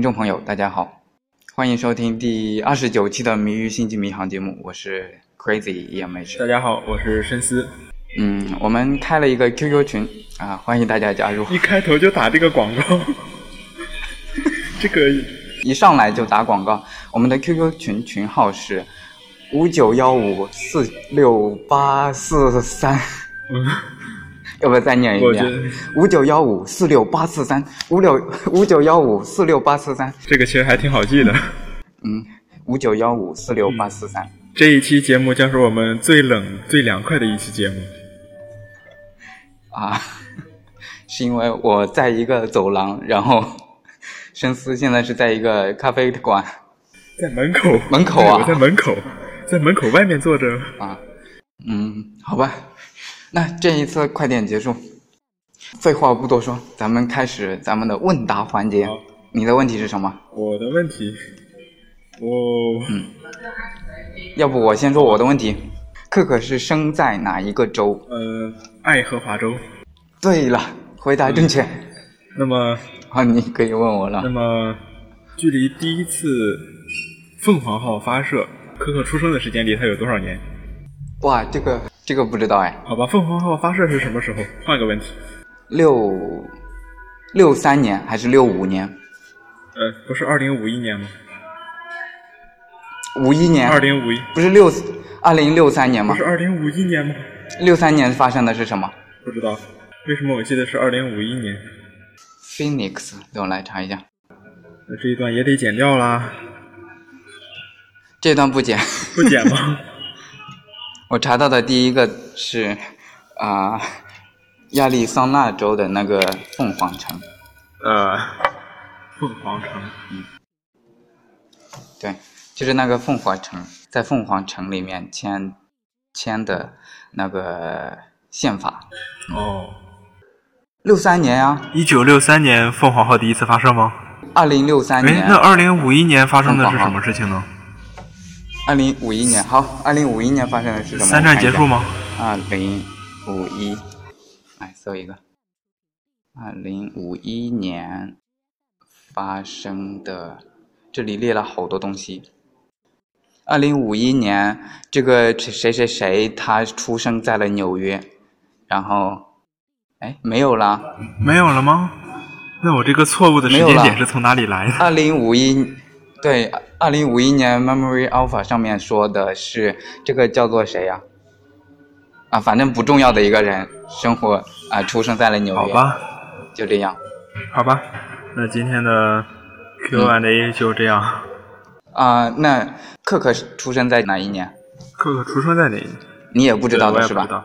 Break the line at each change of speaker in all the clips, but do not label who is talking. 众朋友，大家好，欢迎收听第二十九期的《谜语星际迷航》节目，我是 Crazy 夜没
大
事。
家好，我是深思。
嗯，我们开了一个 QQ 群啊，欢迎大家加入。
一开头就打这个广告， 这个
一上来就打广告。我们的 QQ 群群号是五九幺五四六八四三， 要不要再念一
我觉得
遍？五九幺五四六八四三，五六五九幺五四六八四三，
这个其实还挺好记的。
嗯，五九幺五四六八四三。
这一期节目将是我们最冷、最凉快的一期节目。
啊，是因为我在一个走廊，然后 深思现在是在一个咖啡馆
在门口，
门口啊
对我在门口，在门口外面坐着。
啊。嗯，好吧，那这一次快点结束。废话不多说，咱们开始咱们的问答环节
好。
你的问题是什么？
我的问题，我、
要不我先说我的问题。可可是生在哪一个州？
呃，爱荷华州。
对了，回答正确。
那么，
好，你可以问我
那
了。
么，距离第一次凤凰号发射，可可出生的时间离它有多少年？
哇，这个这个不知道哎，
好吧，凤凰号发射是什么时候？换个问题，
六六三年还是六五年？
呃，不是二零五一年吗？
五一年，
二零五一
不是六二零六三年
不
吗
是？二零五一年吗？
六三年发生的是什么
不知道，为什么我记得是二零五一年？
？Phoenix，让我来查一下，
那这一段也得剪掉啦，
这段不剪。
不剪吗？
我查到的第一个是啊、亚利桑那州的那个凤凰城。
呃，凤凰城，
对，就是那个凤凰城，在凤凰城里面签签的那个宪法，
哦，
六三年啊，
一九六三年凤凰号第一次发射吗？
二零六三
哎
年，，
那二零五一年发生的
凤
是
凰
什
号
么事情呢？
二零五一年，好，二零五一年发生的是什么？
三战结束吗？
二零五一，来搜一个，二零五一年发生的，这里列了好多东西。二零五一年，这个谁谁谁他出生在了纽约，然后，哎，没有啦。
没有了吗？那我这个错误的时
没
间
有了
点是从哪里来的？
二零五一，对，二零五一年 Memory Alpha 上面说的是这个叫做谁呀、啊？反正不重要的一个人，生活啊、出生在了纽约。
好吧，
就这样
好吧，那今天的 Q&A 就这样。
啊、那可可是出生在哪一年？
可可出生在哪一年？
你也不
不
知道
我
的
也
是
不
吧
知？道。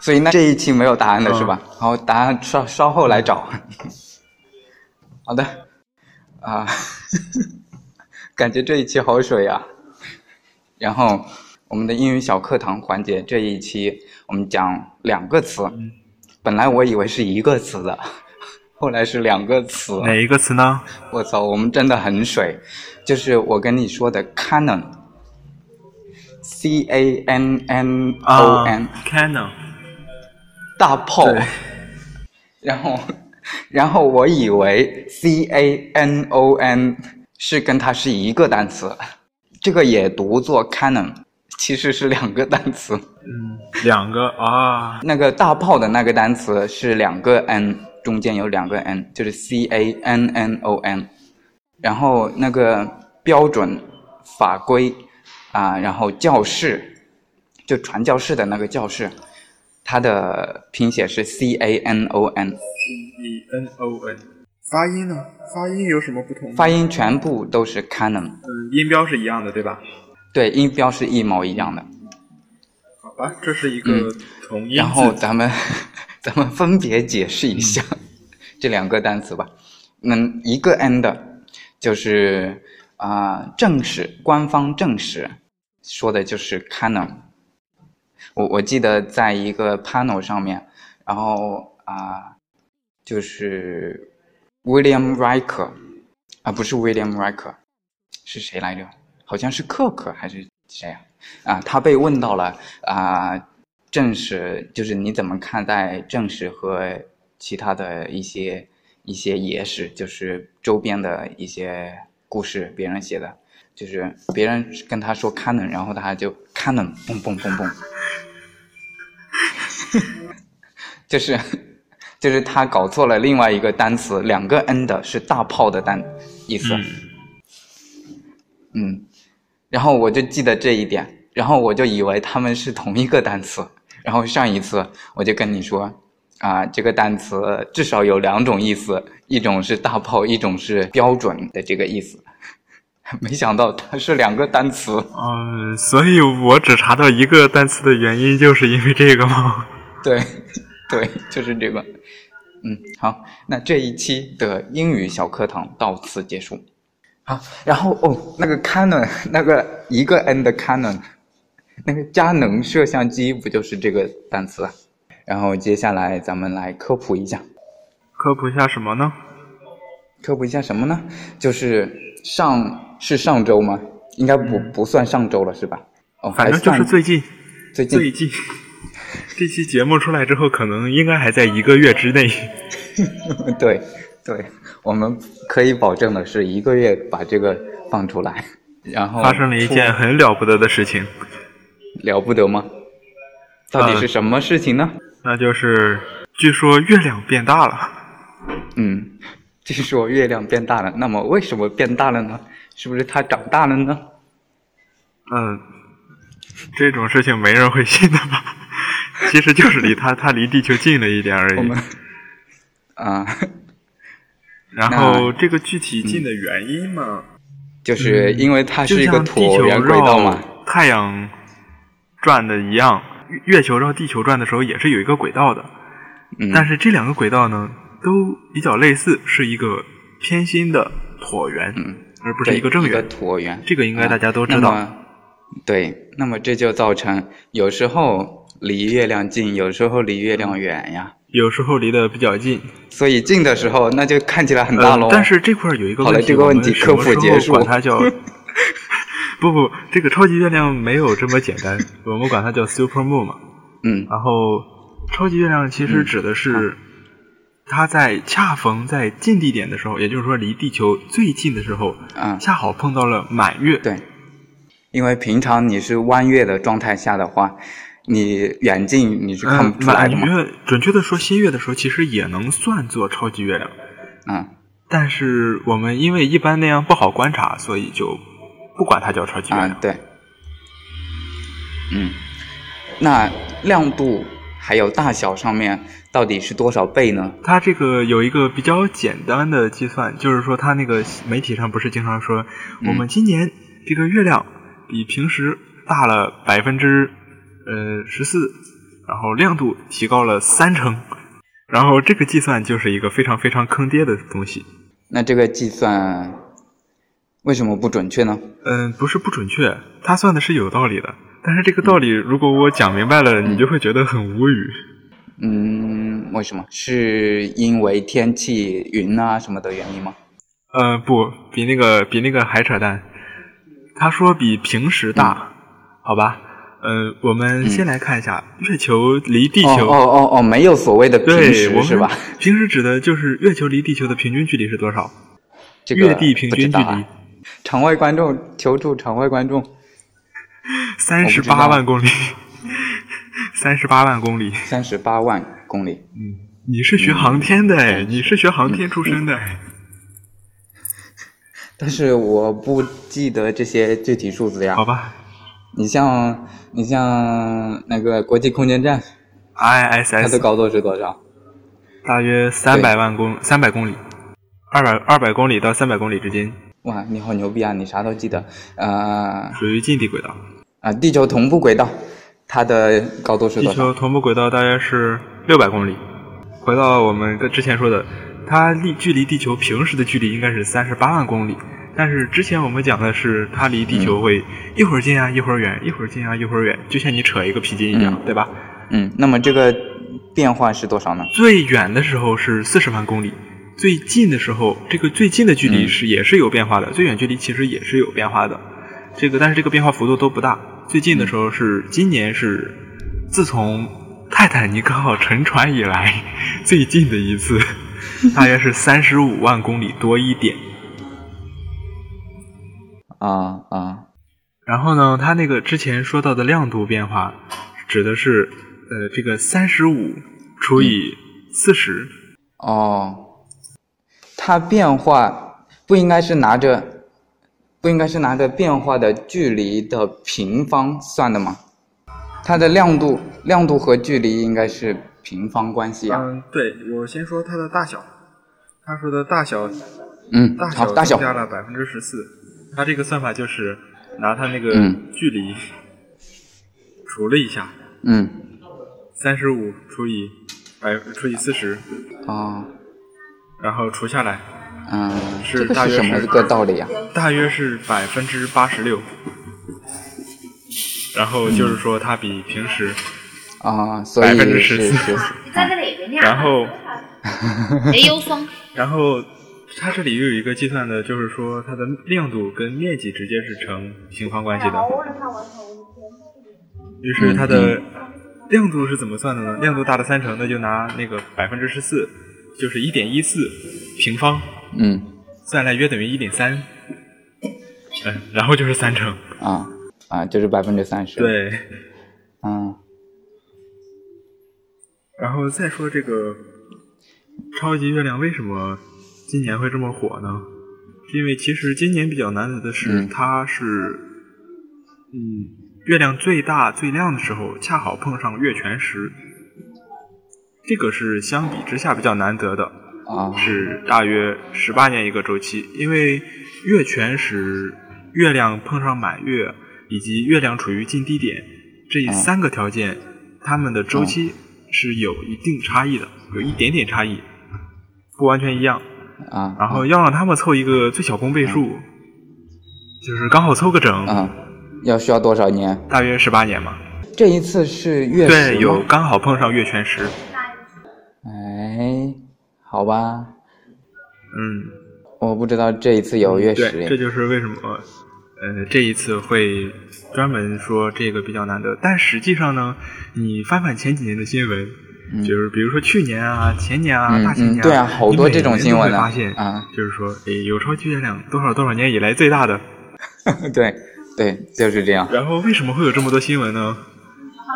所以那这一期没有答案的是吧？好，答案稍稍后来找。 好的，啊、 感觉这一期好水啊。然后我们的英语小课堂环节这一期我们讲两个词，本来我以为是一个词的， 后来是两个词。
哪一个词呢？
我操，我们真的很水，就是我跟你说的 canon，c a n n o
啊
n，、
，Canon。
大炮
对。
然后， 然后我以为 c a n o n 是跟它是一个单词，这个也读作 canon，其实是两个单词。
嗯，两个啊，
那个大炮的那个单词是两个 n，中间有两个 n，就是 c a n n o n。然后那个标准法规啊，然后教室，就传教士的那个教室，它的拼写是 c a n o n，
e n o n。发音呢？发音有什么不同？
发音全部都是 canon，
嗯，音标是一样的，对吧？
对，音标是一模一样的。
好吧，这是一个同
嗯
音字。
然后咱们 咱们分别解释一下、
嗯
这两个单词吧。嗯，一个 n 的，就是啊、正式官方正式说的就是 canon。我我记得在一个 panel 上面，然后啊、就是 William Riker 啊，不是 William Riker，是谁来着？好像是克克还是谁啊？啊，他被问到了啊、正史就是你怎么看待正史和其他的一些一些野史，就是周边的一些故事，别人写的，就是别人跟他说 canon，然后他就 canon，蹦蹦蹦 蹦，就是就是他搞错了另外一个单词，两个 n 的是大炮的单意思，嗯，然后我就记得这一点，然后我就以为他们是同一个单词，然后上一次我就跟你说。啊，这个单词至少有两种意思，一种是大炮，一种是标准的这个意思。 没想到它是两个单词，
嗯、所以我只查到一个单词的原因，就是因为这个吗？
对，对，就是这个。嗯，好，那这一期的英语小课堂到此结束。好，然后哦，那个 Canon，那个一个 N 的 Canon，那个佳能摄像机不就是这个单词啊？然后接下来咱们来科普一下，
科普一下什么呢？
科普一下什么呢？就是上是上周吗？应该不、不算上周了是吧？哦，
嗯反正就
还
是
算
最近，
最近
最近。这期节目出来之后，可能应该还在一个月之内。
对对，我们可以保证的是一个月把这个放出来， 然后
发生了一
出
件很了不得的事情，
了不得吗？到底
呃
是什么事情呢？
那就是据说月亮变大了。
嗯，据说月亮变大了，那么为什么变大了呢？是不是它长大了呢？
嗯，这种事情没人会信的吧？ 其实就是离它，它离地球近了一点而
我
已
们。啊、
然后这个具体近的原因嘛，
就是因为嗯它
嗯就是
一个
像地
椭
球
圆轨道
绕
嘛。
太阳转的一样，月月球绕地球转的时候也是有一个轨道的。
嗯，
但是这两个轨道呢，都比较类似，是一个偏心的椭圆，而不是
嗯对
一个正圆。
椭圆。
这个应该大家都知
那
道。
么对，那么这就造成有时候离月亮近，有时候离月亮远呀。
有时候离得比较近，
所以近的时候，那就看起来很大
呃
喽。
但是这块儿有一个
好
问
了
题，
这个问题科
我们什
普
么
结
时
束
候管它叫 不不，这个超级月亮没有这么简单，我们管它叫 super moon 嘛。
嗯，
然后，超级月亮其实指的是它在恰逢在近地点的时候，也就是说离地球最近的时候，
嗯
恰好碰到了满月。
对，因为平常你是弯月的状态下的话，你远近你是看
嗯
不，出来
满
的嘛。
月，准确的说，新月的时候其实也能算作超级月亮，
嗯
但是我们因为一般那样不好观察，所以就不管它叫超级月
啊
亮。，
对，嗯，那亮度还有大小上面到底是多少倍呢？
它这个有一个比较简单的计算，就是说它那个媒体上不是经常说，我们今年这个月亮比平时大了百分之呃十四，然后亮度提高了三成，然后这个计算就是一个非常非常坑爹的东西。
那这个计算为什么不准确呢？
嗯，不是不准确，它算的是有道理的，但是这个道理如果我讲明白了，你就会觉得很无语。
嗯，为什么？是因为天气云啊什么的原因吗？
呃，不比那个比那个还扯淡。他说比平时
嗯
大，好吧？呃，我们先来看一下、月球离地
哦
球，
哦哦哦，没有所谓的平
对，
时
我
是
们
吧？？
平时指的就是月球离地球的平均距离是多少？
这个
月地平
不知
均距
道
离
啊。场外观众求助场外观众，
三十
知道
八万公里， 三十八万公里。
三十八万公里。
你是学
嗯
航天的哎，你是学航天出身的哎。
但是我不记得这些具体数字呀
好。吧
你像你像那个国际空间站，它的
，ISS
高度是多少？
大约三百万公三百公里，二百二百公里到三百公里之间，
哇，你好牛逼啊！你啥都记得。呃
属于近地轨道。
啊，地球同步轨道，它的高度是
地
多少？
球同步轨道大约是六百公里。回到我们跟之前说的，它离距离地球平时的距离应该是三十八万公里，但是之前我们讲的是它离地
嗯
球会一会儿近啊，一会儿远，一会儿近啊，一会儿远，就像你扯一个皮筋一样，
嗯
对吧？
嗯，那么这个变化是多少呢？
最远的时候是四十万公里，最近的时候，这个最近的距离是也是有变化的，最远距离其实也是有变化的。这个但是这个变化幅度都不大。最近的时候是、今年是 自从泰坦尼克号沉船以来最近的一次，
大约是三十五万公里多一点。
啊啊
然后呢，它那个之前说到的亮度变化，指的是呃这个三十五除以四十、
哦，它变化不应该是拿着，不应该是拿着变化的距离的平方算的吗？它的亮度、亮度和距离应该是平方关系啊。
嗯，对我先说它的大小，他说的大小
嗯，
大
好，
小
大小
增加了百分之十四，它这个算法就是拿它那个
嗯
距离除了一下，
嗯，
三十五除以百除以四十，
哦，
然后除下来
嗯，
是
这个
大
是
约
什么
是
个道理呀、
大约是百分之八十六，然后就是说它比平时，
啊？所以
14%
是是
在这里人家
然后
没忧风，
然后它这里又有一个计算的，就是说它的亮度跟面积直接是成平方关系的。于是它的亮度是怎么算的呢？亮度大的三乘，那就拿那个百分之十四，就是一点一四平方，
嗯
算来约等于一点三。嗯，然后就是三乘。
啊啊，就是百分之三十。，
对，
嗯
然后再说这个超级月亮为什么今年会这么火呢？因为其实今年比较难得的是，
嗯
它是嗯月亮最大最亮的时候，恰好碰上月全食，这个是相比之下比较难得的，
啊
是大约十八年一个周期。因为月全食、月亮碰上满月以及月亮处于近地点这
嗯
三个条件，它们的周期是有一定差异的，有一点点差异，不完全一样。
啊，
然后要让他们凑一个最小公倍
嗯
数，就是刚好凑个整，
啊，要需要多少年？
大约十八年嘛。
这一次是月食
对，
吗
有刚好碰上月全食。
哎，好吧，
嗯，
我不知道这一次有月食
对，这
耶。
就是为什么，呃，这一次会专门说这个比较难得。但实际上呢，你翻翻前几年的新闻，
嗯
就是比如说去年啊、前年啊、
嗯
大前年
嗯，对啊，好多这种新闻
你每年都
呢
会发现，
啊，
就是说，诶，有超巨月亮多少多少年以来最大的。
嗯 对对，就是这样，
然后为什么会有这么多新闻呢？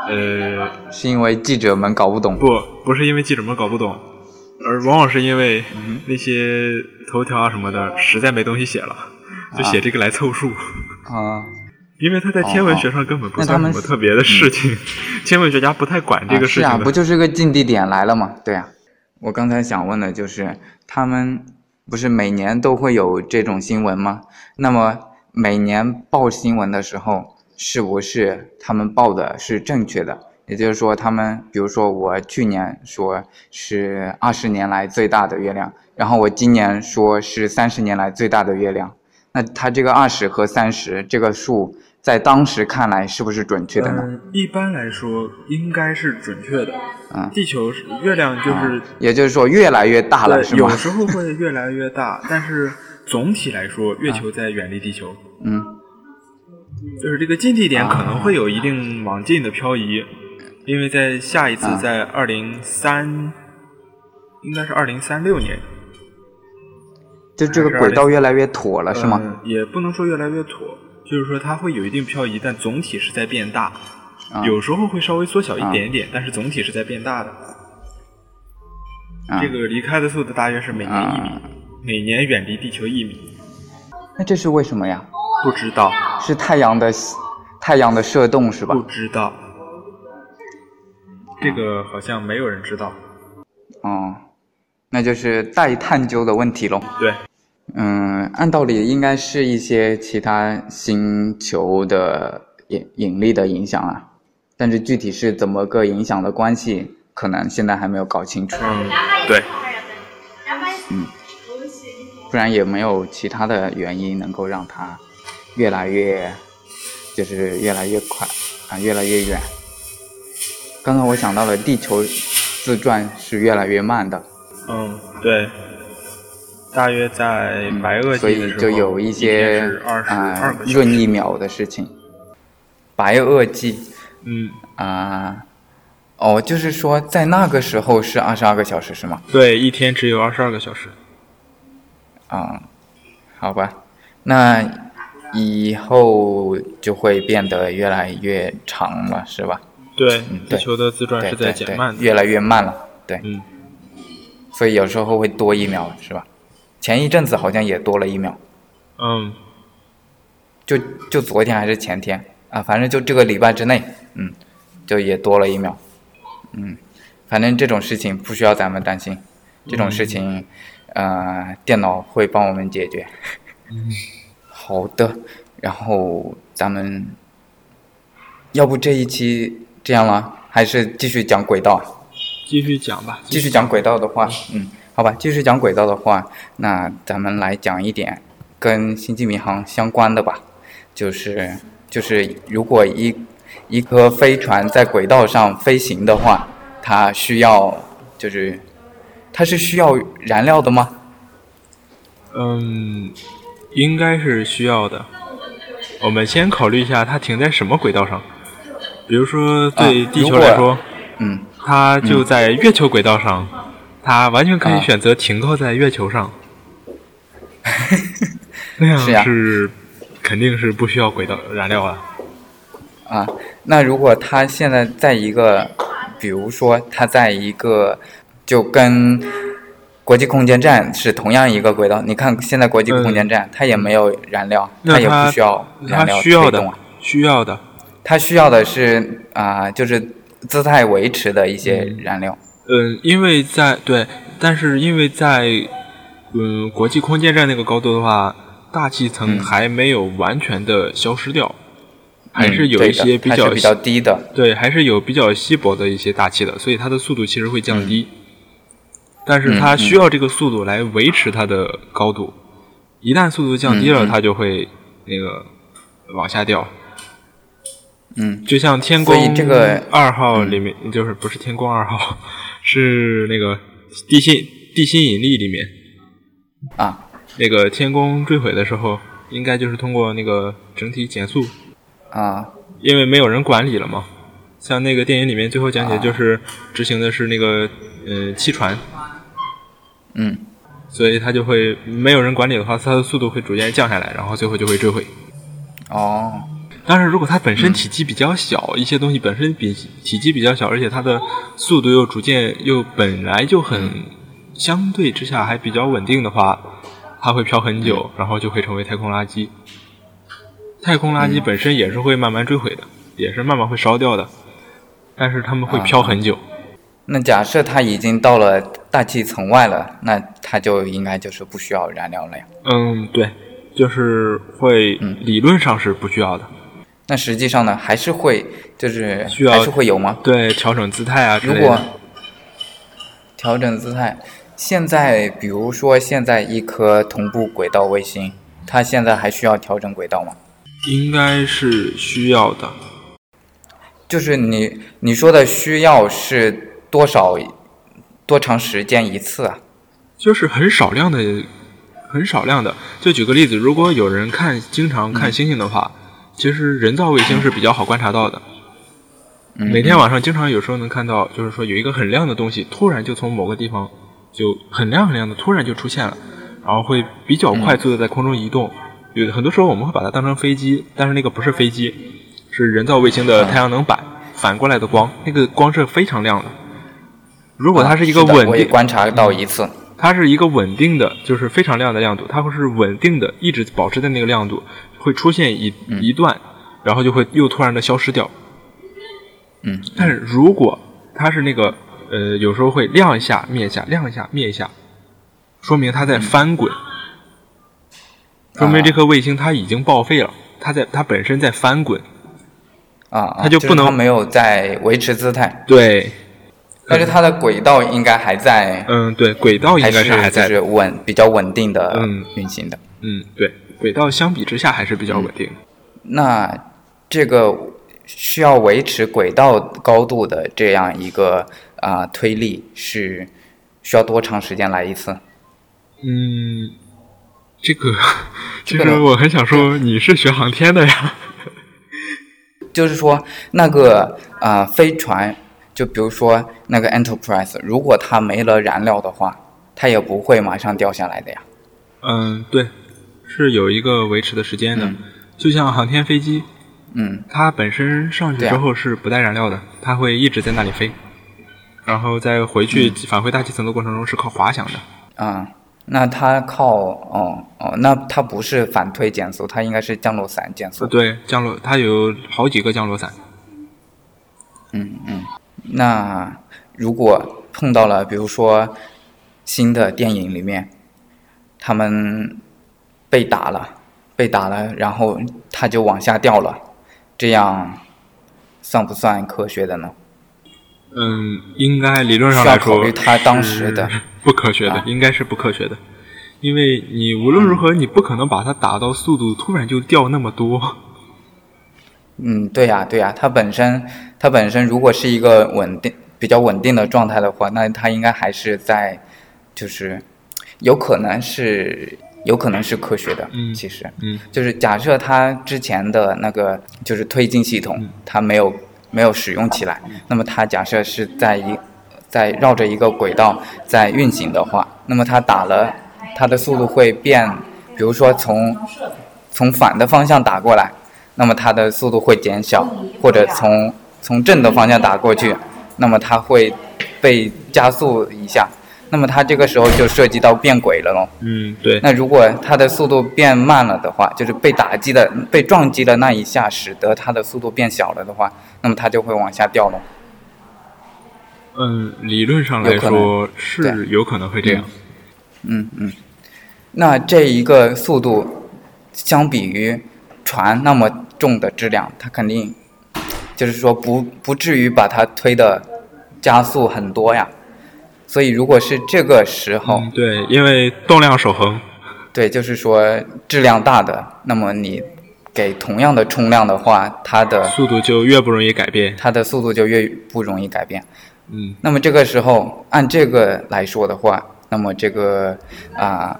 呃，
是因为记者们搞不懂。
不，不是因为记者们搞不懂，而往往是因为
嗯
那些头条啊什么的实在没东西写了，就写这个来凑数。
啊，
因为他在天文学上根本不
哦那他
算
们嗯
什么特别的事情， 天文学家不太管这个事情
啊是啊，
的。
不 就是个近地点来了吗？对啊，我刚才想问的就是，他们不是每年都会有这种新闻吗？那么每年报新闻的时候，是不是他们报的是正确的？也就是说，他们比如说我去年说是二十年来最大的月亮，然后我今年说是三十年来最大的月亮，那它这个二十和三十这个数，在当时看来是不是准确的呢？
嗯，一般来说应该是准确的。
嗯
地球是月亮就是、
也就是说越来越大了，是
对，
吗
有？时候会越来越大，但是总体来说，月球在远离地球，
嗯，
就是这个近地点可能会有一定往近的漂移，
嗯
因为在下一次
啊
在二零三，应该是二零三六年，
就这个轨道越来越妥了，是吗？
嗯也不能说越来越妥，就是说它会有一定漂移，但总体是在变大。
啊
有时候会稍微缩小一
啊
点点，但是总体是在变大的。
啊
这，个离开的速度大约是每年一米，
啊
每年远离地球一米。
那这是为什么呀？
不知道，
是太阳的太阳的射动是吧
不？知道，这个好像没有人知道。
哦，那就是待探究的问题喽。
对，
嗯，按道理应该是一些其他星球的引引力的影响啊，但是具体是怎么个影响的关系，可能现在还没有搞清楚。
嗯，对，
不然也没有其他的原因能够让它越来越，就是越来越快啊，越来越远。刚才我想到了地球自转是越来越慢的，
嗯，对。大约在白垩
嗯所
纪的时
以
候，
就有一些
二十
啊
二个小
闰
时。
一秒的事情。白垩纪
嗯，
啊、哦，就是说在那个时候是二十二个小时是吗？
对，一天只有二十二个小时。
啊、嗯，好吧，那以后就会变得越来越长了，是吧？
对，
嗯
地
对
球的自转
对
是在
对
减
对
慢，的。
越来越慢了，对。
嗯。
所以有时候会多一秒，是吧？前一阵子好像也多了一秒，
嗯，
就就昨天还是前天啊，反正就这个礼拜之内，嗯，就也多了一秒，嗯，反正这种事情不需要咱们担心，这种事情，呃，电脑会帮我们解决。 好的，然后咱们要不这一期这样吗？还是继续讲轨道啊？
继续讲吧。
继续讲轨道的话，嗯，好吧，继续讲轨道的话，那咱们来讲一点跟星际迷航相关的吧，就是就是如果一一颗飞船在轨道上飞行的话，它需要就是它是需要燃料的吗？
嗯，应该是需要的。我们先考虑一下它停在什么轨道上。比如说，对
啊
地
如
球
果
来说，
嗯，
它就在月球轨道上，它完全可以
啊
选择停靠在月球上。 那
是
样
呀
是肯定是不需要轨道燃料啊。
啊，那如果它现在在一个，比如说它在一个，就跟国际空间站是同样一个轨道。你看现在国际空间站，它也没有燃料，
嗯那
也
它
不需要
它
燃料
需要
推动
的
啊。，
需要的。
它需要的是啊、就是姿态维持的一些燃料。
嗯，因为在对，但是因为在嗯国际空间站那个高度的话，大气层
嗯
还没有完全的消失掉，还
嗯
是有
对
一
的
些比
它是
较
比
稀
较低的。
对，还是有比较稀薄的一些大气的，所以它的速度其实会降低，但是它
嗯嗯嗯
需要这个速度来维持它的高度，一旦速度降低了，
嗯嗯
它就会那个往下掉。
嗯，
就像天
所以
宫
这个嗯
二号里面，就是不是天宫二号，是那个地心地心引力里面
啊，
那个天宫坠毁的时候，应该就是通过那个整体减速，
啊
因为没有人管理了嘛。像那个电影里面最后讲解就是执行的是那个呃汽船，
嗯
所以它就会没有人管理的话，它的速度会逐渐降下来，然后最后就会坠毁。
哦
但是如果它本
嗯
身体积比较小，一些东西本身比体积比较小，而且它的速度又逐渐又本来就很、相对之下还比较稳定的话，它会飘很
嗯
久，然后就会成为太空垃圾。太空垃圾
嗯
本身也是会慢慢坠毁的，也是慢慢会烧掉的，但是它们
啊
会飘很久。
那假设它已经到了大气层外了，那它就应该就是不需要燃料了呀。
嗯，对，就是会
嗯
理论上是不需要的，
那实际上呢，还是会就是
需要
还是会有吗？
对，调整姿态啊之
如
类
果
的。
调整姿态，现在比如说现在一颗同步轨道卫星，它现在还需要调整轨道吗？
应该是需要的。
就是你你说的需要是多少多长时间一次啊？
就是很少量的，很少量的。就举个例子，如果有人看经常看星星的话，其实人造卫星是比较好观察到的。
嗯
每天晚上经常有时候能看到，就是说有一个很亮的东西突然就从某个地方就很亮很亮的突然就出现了，然后会比较快速的在空中移动。有很多时候我们会把它当成飞机，但是那个不是飞机，是人造卫星的太阳能板反过来的光，那个光是非常亮的。如果它是一个
啊的
稳
我也
定，
观察到一次。
它是一个稳定的，就是非常亮的亮度，它会是稳定的，一直保持在那个亮度，会出现一、一段，然后就会又突然的消失掉。
嗯，
但是如果它是那个呃，有时候会亮一下灭一下，亮一下灭一下，说明它在翻滚，说明这颗卫星它已经报废了，它在它本身在翻滚。
啊，啊
嗯它就不能
是它没有在维持姿态，
对，
但是它的轨道应该还在，
嗯，对，轨道应
还
该是还在
就是
的，
稳比较稳定的
嗯
运行的。
嗯，对，轨道相比之下还是比较稳定的。
那这个需要维持轨道高度的这样一个啊、推力是需要多长时间来一次？
嗯， 这个，其
个
实
呢
我很想说，你是学航天的呀？
呃就是说，那个啊、飞船就比如说那个 Enterprise，如果它没了燃料的话，它也不会马上掉下来的呀。
嗯，对，是有一个维持的时间的，就像航天飞机，
嗯，
它本身上去
对啊
之后是不带燃料的，它会一直在那里飞，然后在回去、返回大气层的过程中是靠滑翔的。
啊、那它靠哦哦，那它不是反推减速，它应该是降落伞减速。
对，降落它有好几个降落伞。
嗯嗯，那如果碰到了，比如说新的电影里面，他们被打了，被打了，然后他就往下掉了，这样算不算科学的呢？
嗯，应该理论上
需要
来说，
考虑它当时的
不科学的，
啊
应该是不科学的，因为你无论如何你不可能把它打到速度突然就掉那么多。
嗯，对呀、对呀、它本身它本身如果是一个稳定比较稳定的状态的话，那它应该还是在，就是有可能是有可能是科学的，
嗯
其实，
嗯，
就是假设它之前的那个就是推进系统它没有没有使用起来，那么它假设是在一在绕着一个轨道在运行的话，那么它打了它的速度会变，比如说从从反的方向打过来，那么它的速度会减小，或者从从正的方向打过去，那么它会被加速一下，那么它这个时候就涉及到变轨了咯。
嗯，对，
那如果它的速度变慢了的话，就是被打击的、被撞击的那一下，使得它的速度变小了的话，那么它就会往下掉了。
嗯，理论上来
有可
说
能
是有可能会这样。
嗯嗯，那这一个速度，相比于船那么重的质量，它肯定就是说不不至于把它推的加速很多呀。所以如果是这个时候，
嗯，对，因为动量守恒。
对，就是说质量大的，那么你给同样的冲量的话，它的
速度就越不容易改变。
它的速度就越不容易改变。
嗯，
那么这个时候按这个来说的话，那么这个啊、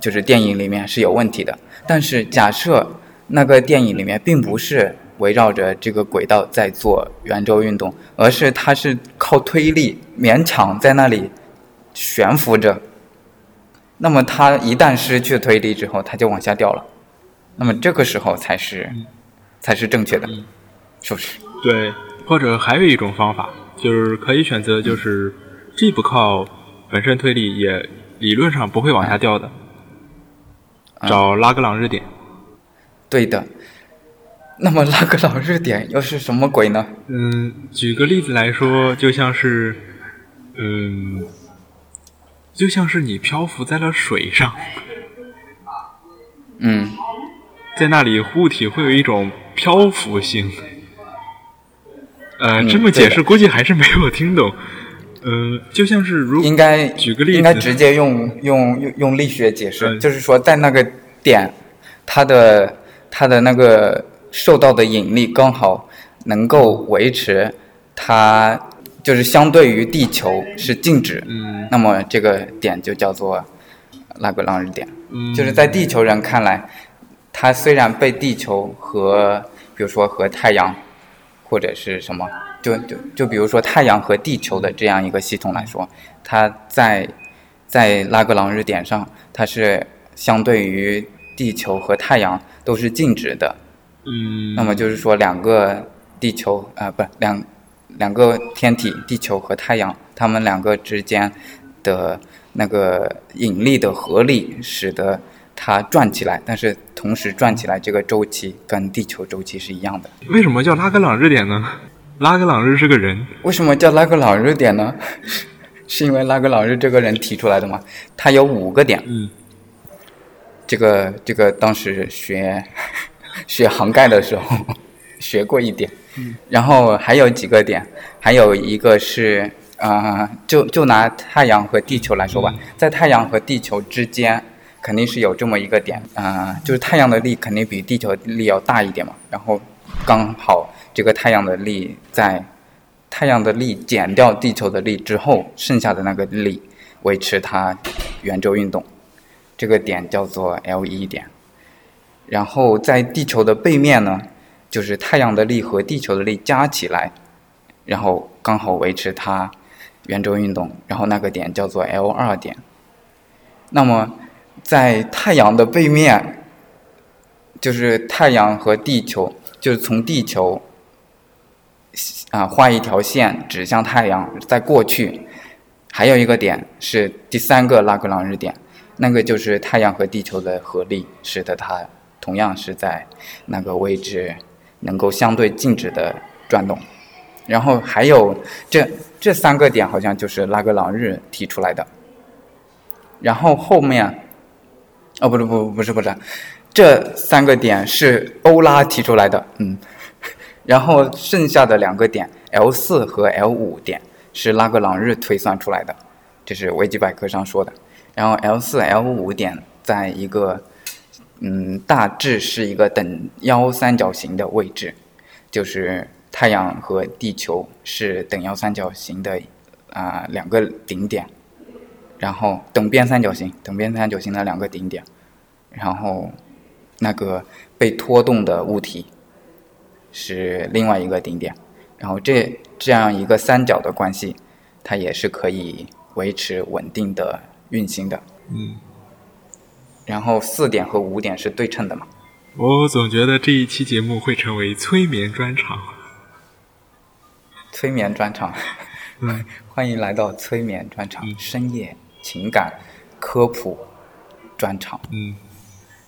就是电影里面是有问题的。但是假设那个电影里面并不是围绕着这个轨道在做圆周运动，而是它是靠推力勉强在那里悬浮着。那么它一旦失去推力之后，它就往下掉了。那么这个时候才是才是正确的，是不是？
对。或者还有一种方法，就是可以选择，就是既不靠本身推力，也理论上不会往下掉的，
嗯
找拉格朗日点。
对的。那么拉格朗日点又是什么鬼呢？
嗯，举个例子来说，就像是，嗯，就像是你漂浮在了水上，
嗯，
在那里物体会有一种漂浮性。呃，
嗯
这么解
对
释
的
估计还是没有听懂。嗯、就像是如
应该
举个例子
应该直接用用用用力学解释，
嗯
就是说在那个点，它的它的那个受到的引力刚好能够维持它，就是相对于地球是静止，
嗯
那么这个点就叫做拉格朗日点。
嗯，
就是在地球人看来，它虽然被地球和比如说和太阳或者是什么，就就就比如说太阳和地球的这样一个系统来说，它在在拉格朗日点上，它是相对于地球和太阳都是静止的。
嗯，
那么就是说，两个地球啊、呃不两两个天体，地球和太阳，它们两个之间的那个引力的合力，使得它转起来。但是同时转起来这个周期跟地球周期是一样的。
为什么叫拉格朗日点呢？拉格朗日是个人，
为什么叫拉格朗日点呢？ 是因为拉格朗日这个人提出来的吗？他有五个点。
嗯，
这个这个当时学 学涵盖的时候 学过一点，然后还有几个点，还有一个是啊、呃就就拿太阳和地球来说吧，在太阳和地球之间肯定是有这么一个点啊、呃就是太阳的力肯定比地球力要大一点嘛，然后刚好这个太阳的力在太阳的力减掉地球的力之后，剩下的那个力维持它圆周运动。这个点叫做 L 一点。然后在地球的背面呢，就是太阳的力和地球的力加起来，然后刚好维持它圆周运动，然后那个点叫做 L 二点。那么在太阳的背面，就是太阳和地球，就是从地球啊画一条线指向太阳，再过去，还有一个点是第三个拉格朗日点，那个就是太阳和地球的合力，使得它同样是在那个位置能够相对静止的转动。然后还有这这三个点好像就是拉格朗日提出来的。然后后面，哦，不是，不，不是，不是，这三个点是欧拉提出来的，嗯，然后剩下的两个点 L 四和 L 五点是拉格朗日推算出来的，这是维基百科上说的。然后 L 四、L 五点在一个，嗯，大致是一个等腰三角形的位置，就是太阳和地球是等腰三角形的啊、两个顶点。然后等边三角形，等边三角形的两个顶点，然后那个被拖动的物体是另外一个顶点，然后这这样一个三角的关系，它也是可以维持稳定的运行的。
嗯，
然后四点和五点是对称的嘛？
我总觉得这一期节目会成为催眠专场。
催眠专场，
嗯，
欢迎来到催眠专场，
嗯
深夜情感科普专场。
嗯，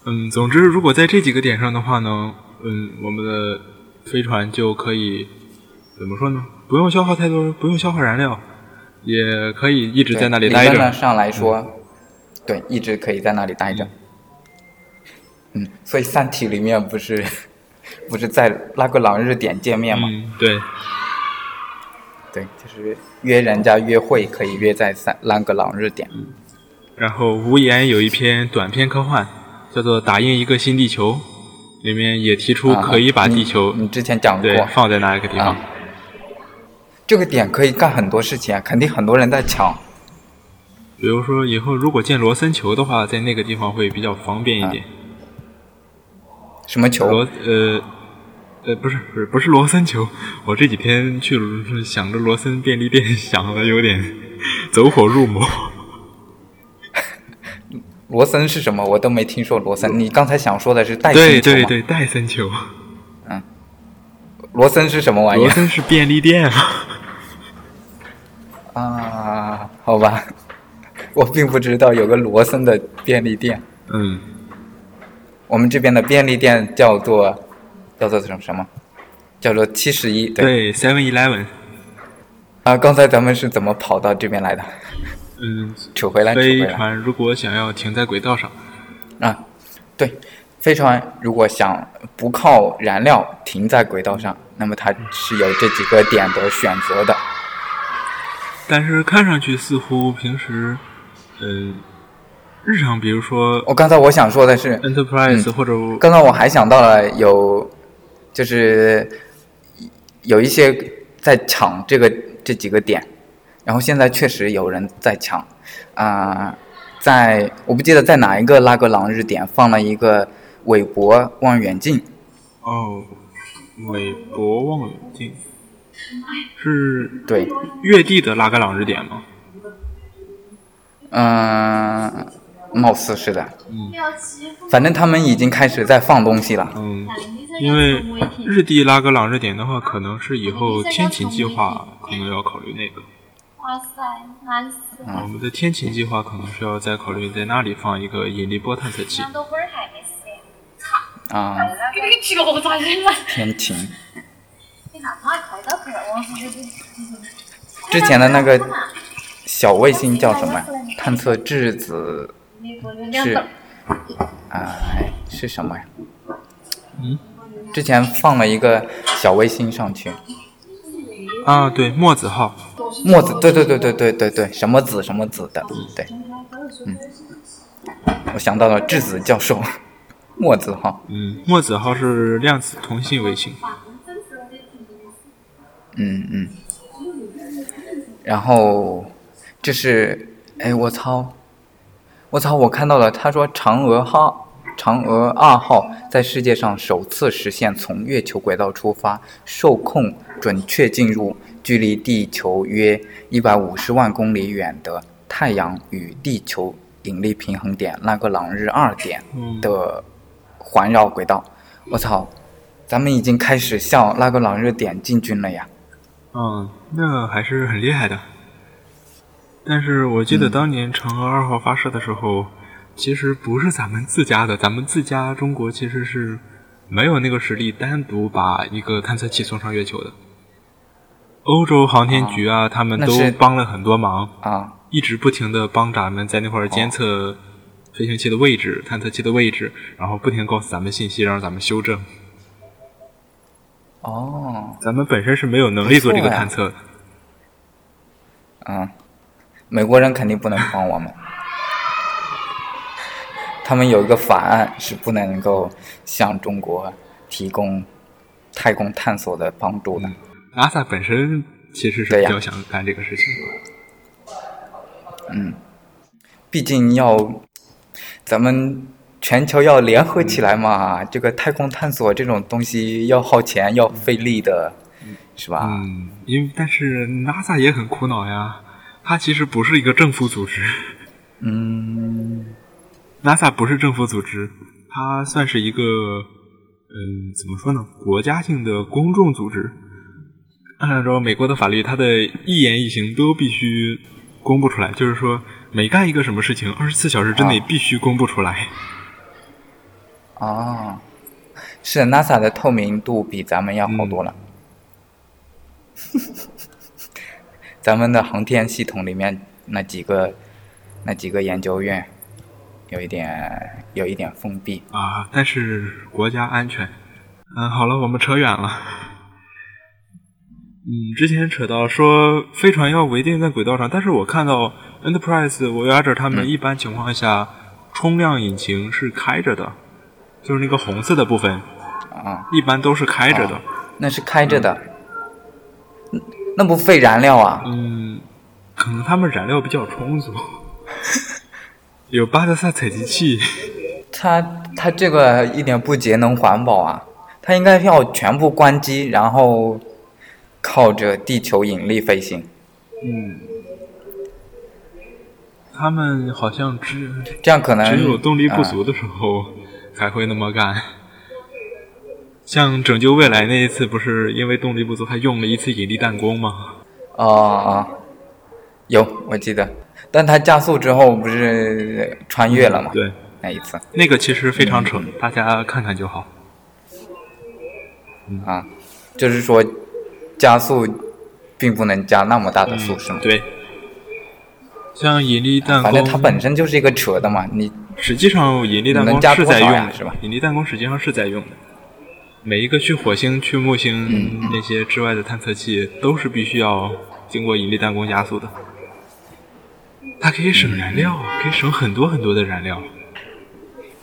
嗯，总之，如果在这几个点上的话呢，嗯，我们的飞船就可以怎么说呢？不用消耗太多，不用消耗燃料，也可以一直
对
在那里
理
待
论
着。嗯
上来说，对，一直可以在那里待着。嗯，所以《三体》里面不是 不是在拉格朗日点见面吗？
嗯，对，
对，就是约人家约会可以约在三拉格朗日点。
然后无言有一篇短篇科幻，叫做《打印一个新地球》，里面也提出
啊
可以把地球、
你你之前讲过
对放在哪一个地方
啊。 这个点可以干很多事情啊，肯定很多人在抢。
比如说以后如果建罗森球的话，在那个地方会比较方便
啊
一点。
什么球？
罗呃呃不是不是不是罗森球，我这几天去想着罗森便利店，想的有点走火入魔。
罗森是什么？我都没听说罗森。你刚才想说的是戴森
对
球
对
吗
对，戴森球，
罗森是什么玩意
罗
儿
森是便利店啊。
啊？好吧，我并不知道有个罗森的便利店。
嗯，
我们这边的便利店叫做叫做什么什么？叫做七十一。对
对，Seven Eleven，
啊，刚才咱们是怎么跑到这边来的？
嗯，
扯回来，扯回
飞
来
船如果想要停在轨道上，
啊！对，飞船如果想不靠燃料停在轨道上，那么它是有这几个点的选择的。
但是看上去似乎平时，嗯，日常比如说
我刚才我想说的是，
Enterprise
嗯
或者
刚刚我还想到了有，就是有一些在抢这个这几个点，然后现在确实有人在抢，啊、在我不记得在哪一个拉格朗日点放了一个韦伯望远镜，
哦，韦伯望远镜是
对，
月地的拉格朗日点吗？
嗯、貌似是的，
要欺负
反正他们已经开始在放东西了，
嗯，因
因
为
为
日地拉格朗日点的话，可能是以后天琴计划可能要考虑那个。
哇塞，难死了！
我们的天琴计划可能是要再考虑在那里放一个引力波探测器。
那都不是海没死呀！
啊、
这个我咋知道？
天晴。
这哪怕考到可能忘记了。
之前的那个小卫星叫什么呀？探测质子是啊、哎是什么呀？
嗯，
之前放了一个小卫星上去，
啊，对，墨子号。
墨子，对对对对对对对，什么子什么子的，对，嗯，我想到了质子教授，墨子哈，
嗯，墨子号是量子通信卫星。
嗯嗯，然后就是，哎，我操，我操，我看到了，他说嫦娥号、嫦娥二号在世界上首次实现从月球轨道出发，受控准确进入距离地球约一百五十万公里远的太阳与地球引力平衡点拉格朗日二点
嗯
的环绕轨道。我操，咱们已经开始向拉格朗日点进军了呀！
嗯，
那还是很厉害的。
但是我记得
嗯
当年嫦娥二号发射的时候，其实不是咱们自家的，咱们自家中国其实是没有那个实力单独把一个探测器送上月球的。欧洲航天局啊，他们
哦那
都
是
帮了很多忙，
啊，
一直不停的帮咱们在那块儿监测飞行器的位置、探测器的位置，然后不停地告诉咱们信息，让咱们修正。
哦，
咱们本身是没有能力做这个
不错呀
探测的。
嗯，美国人肯定不能帮我们，他们有一个法案是不能够向中国提供太空探索的帮助的。
NASA 本身其实是
对呀
比较想干这个事情的。
毕竟要咱们全球要联合起来嘛，这个太空探索这种东西要耗钱、要费力的，是吧？
嗯，因为但是 NASA 也很苦恼呀，它其实不是一个政府组织
嗯，
，NASA 不是政府组织，它算是一个嗯，怎么说呢，国家性的公众组织。按照美国的法律，它的一言一行都必须公布出来，就是说每干一个什么事情，二十四小时之内
啊
必须公布出来。
哦，是 NASA 的透明度比咱们要
嗯
好多了。 咱们的航天系统里面那几个那几个研究院，有一点有一点封闭。
啊，但是国家安全。嗯，好了，我们扯远了。嗯，之前扯到说飞船要围定在轨道上，但是我看到 Enterprise、Voyager 他们一般情况下、冲量引擎是开着的，就是那个红色的部分，
啊，
一般都是开着的。
那是开着的，嗯那不费燃料啊？
嗯，可能他们燃料比较充足， 有巴德萨采集器。
它它这个一点不节能环保啊！它应该要全部关机，然后靠着地球引力飞行，
嗯，他们好像只
这样可能
只有动力不足的时候
嗯
才会那么干。像拯救未来那一次，不是因为动力不足还用了一次引力弹弓吗？
啊啊、有我记得，但它加速之后不是穿越了吗？嗯
对，
那一次
那个其实非常扯，大家看看就好。
啊，就是说加速并不能加那么大的速，是吗？
对。像引力弹
反正它
弓，
本身就是一个扯的嘛，你
实际上引力弹
能
弓
加
是
多
在
少
用
呀
的，
是吧
引力弹弓实际上是在用的。每一个去火星、去木星
嗯
那些之外的探测器，都是必须要经过引力弹弓加速的。它可以省燃料，啊
嗯
可以省很多很多的燃料。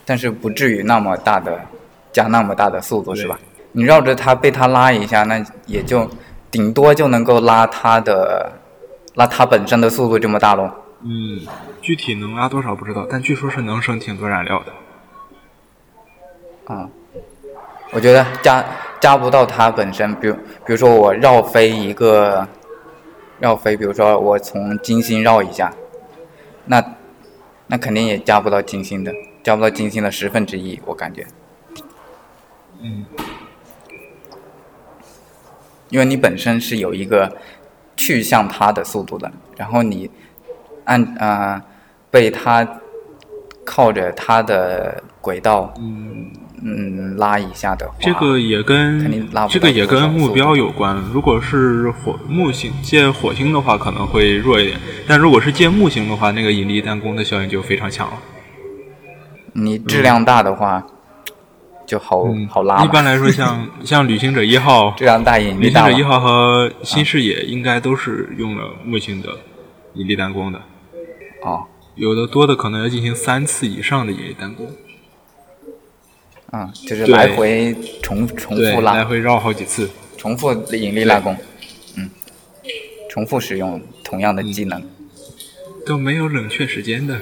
但是不至于那么大的加那么大的速度
对
是吧？你绕着它被它拉一下，那也就顶多就能够拉它的拉它本身的速度这么大咯。
嗯，具体能拉多少不知道，但据说是能省挺多燃料的。
啊、我觉得加加不到它本身，比如比如说我绕飞一个绕飞，比如说我从金星绕一下，那那肯定也加不到金星的，加不到金星的十分之一，我感觉。
嗯，
因为你本身是有一个去向它的速度的，然后你按呃被它靠着它的轨道
嗯，
嗯拉一下的话，
这个嗯也
肯
跟
定拉不到
这个也
多
跟
少
目标有关。如果是火木星借火星的话，可能会弱一点；但如果是借木星的话，那个引力弹弓的效应就非常强了。
你质量大的话、就好
嗯，
好拉
一般
嘛。
来 说像，像旅行者一号、
质量大引
旅
力
行
大
者
嘛
一号和新视野应该都是用了木星的引力弹弓的，
哦，
有的多的可能要进行三次以上的引力弹弓，
嗯，就是
对
来回重重
对，
复
来
拉，
回绕好几次。
重复引力拉弓，嗯，重复使用同样
嗯
的技能。
都没有冷却时 间的。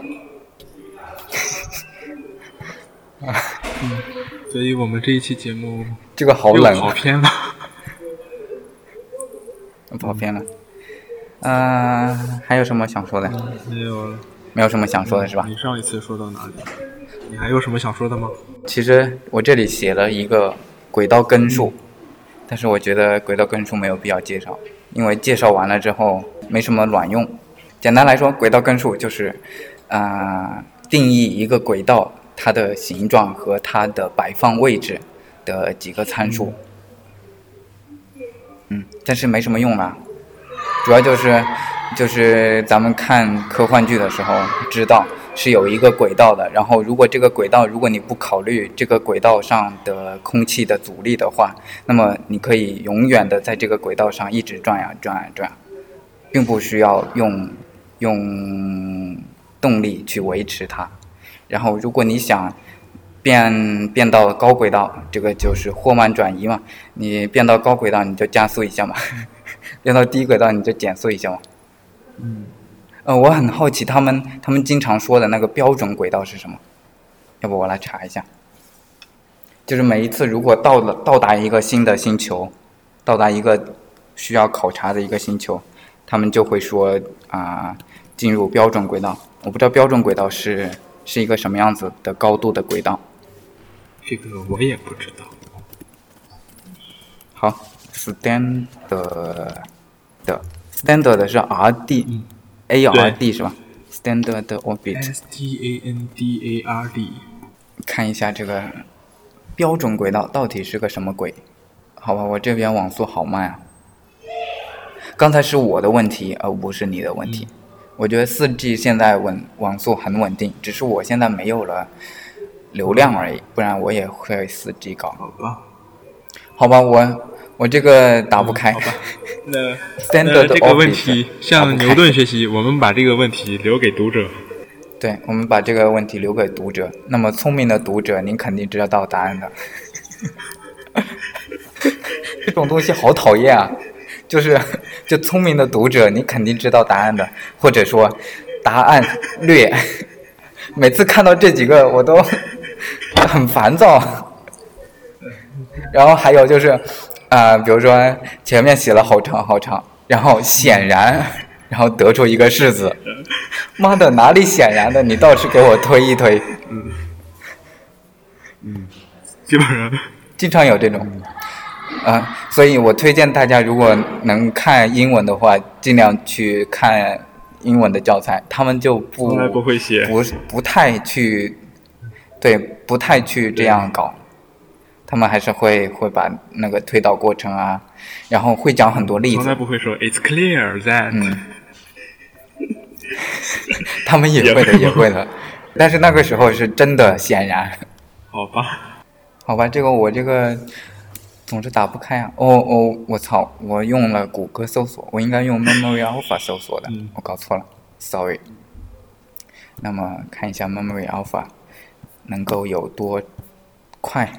嗯，嗯所以我们这一期节目
这个好
又
冷
跑
啊，
偏了。
跑偏了。呃，还有什么想说的？
没有了。
没有什么想说的是吧？
你上一次说到哪里？你还有什么想说的吗？
其实我这里写了一个轨道根数，但是我觉得轨道根数没有必要介绍，因为介绍完了之后没什么卵用。简单来说，轨道根数就是，啊、定义一个轨道它的形状和它的摆放位置的几个参数。嗯，但是没什么用啦，主要就是就是咱们看科幻剧的时候知道是有一个轨道的，然后如果这个轨道如果你不考虑这个轨道上的空气的阻力的话，那么你可以永远的在这个轨道上一直转呀啊转呀转，并不需要用用动力去维持它。然后如果你想变变到高轨道，这个就是霍曼转移嘛，你变到高轨道你就加速一下嘛。变到低轨道你就减速一下嘛。
嗯，
呃，我很好奇他们他们经常说的那个标准轨道是什么？要不我来查一下。就是每一次如果到了到达一个新的星球，到达一个需要考察的一个星球，他们就会说啊、进入标准轨道。我不知道标准轨道是是一个什么样子的高度的轨道。
这个我也不知道。
好，standard 的 standard 是 R
嗯
D、A R D 是吧？standard
哎
orbit，
S T A N D A R D，
看一下这个标准轨道到底是个什么鬼？好吧，我这边网速好慢啊。刚才是我的问题，而不是你的问
嗯
题。我觉得四 G 现在稳网速很稳定，只是我现在没有了流量而已，不然我也会四 G 搞。
好吧。
好吧，我我这个打
嗯
不开。
那
standard
那呃这个问
orbit
题
打
向
不开
牛顿学习，我们把这个问题留给读者。
对，我们把这个问题留给读者。那么聪明的读者，您肯定知道答案的。 这种东西好讨厌啊！就是，就聪明的读者，你肯定知道答案的，或者说答案略。每次看到这几个，我都很烦躁。然后还有就是，啊、比如说前面写了好长好长，然后显然，然后得出一个式子，妈的，哪里显然的？你倒是给我推一推，
基本上
经常有这种。啊、所以我推荐大家，如果能看英文的话，尽量去看英文的教材，他们就不
从来不会写
不是不太去，对，不太去这样搞。他们还是会会把那个推导过程啊，然后会讲很多例
从来
子，
不会说 "It's clear that"，、
嗯他们也会的，也会的。但是那个时候是真的显然。
好吧？
好吧，这个我这个总是打不开啊！哦哦，我操！我用了谷歌搜索，我应该用 Memory Alpha 搜索的，我搞错了，sorry。那么看一下 Memory Alpha 能够有多快？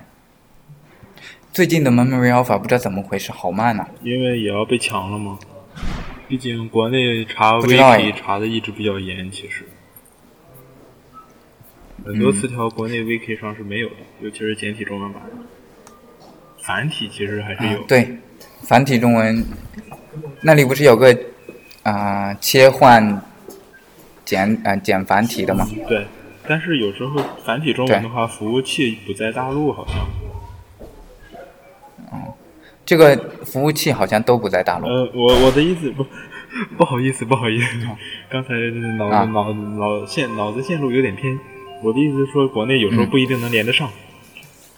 最近的 Memory Alpha 不知道怎么回事，好慢啊呐、
因为也要被抢了吗？毕竟国内查
不知道哎
wiki 查的一直比较严，其实很多词条国
嗯
内 wiki 上是没有的，尤其是简体中文版，繁体其实还是有。
啊对，繁体中文那里不是有个啊、呃切换简呃简繁体的吗？
对，但是有时候繁体中文的话，服务器不在大陆，好像。
这个服务器好像都不在大陆。
呃，我我的意思不， 不好意思，不好意思，刚才脑子、
啊
脑脑线脑子线路有点偏。我的意思是说，国内有时
嗯
候不一定能连得上，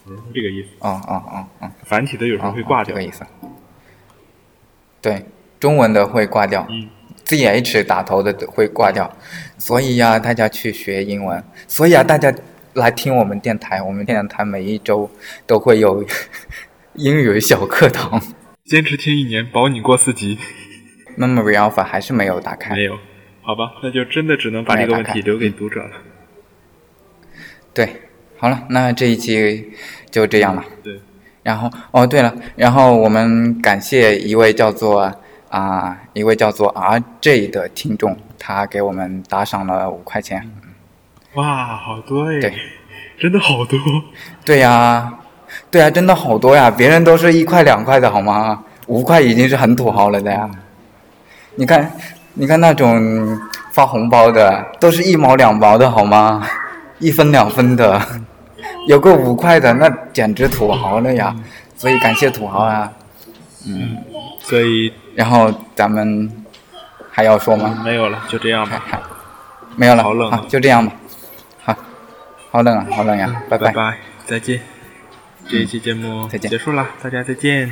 我是这个意思。
哦哦哦哦，
繁体的有时候
哦
会挂
这
掉
个。意思。对，中文的会挂掉、
嗯
z h 打头的会挂掉，所以呀、大家去学英文，所以啊，大家来听我们电台，我们电台每一周都会有 英语小课堂。
坚持听一年，保你过四级。
Memory Alpha 还是没有打开
没，有，好吧，那就真的只能把
没
这个问
哎打
题
开嗯
留给读者了。
对，好了，那这一期就这样了。
对，
然后哦，对了，然后我们感谢一位叫做啊、一位叫做 R J 的听众，他给我们打赏了五块钱。
哇，好多哎
对，
真的好多。
对呀、对呀、真的好多呀，别人都是一块两块的好吗？五块已经是很土豪了的呀。你看，你看那种发红包的，都是一毛两毛的好吗？一分两分的，有个五块的，那简直土豪了呀！所以感谢土豪啊！
所以
然后咱们还要说吗？
没有了，就这样吧，
没有了，
好冷啊
好就这样吧。好，好冷啊，好冷呀、拜
拜，再见。这一期节目
再见
结束了，大家再见。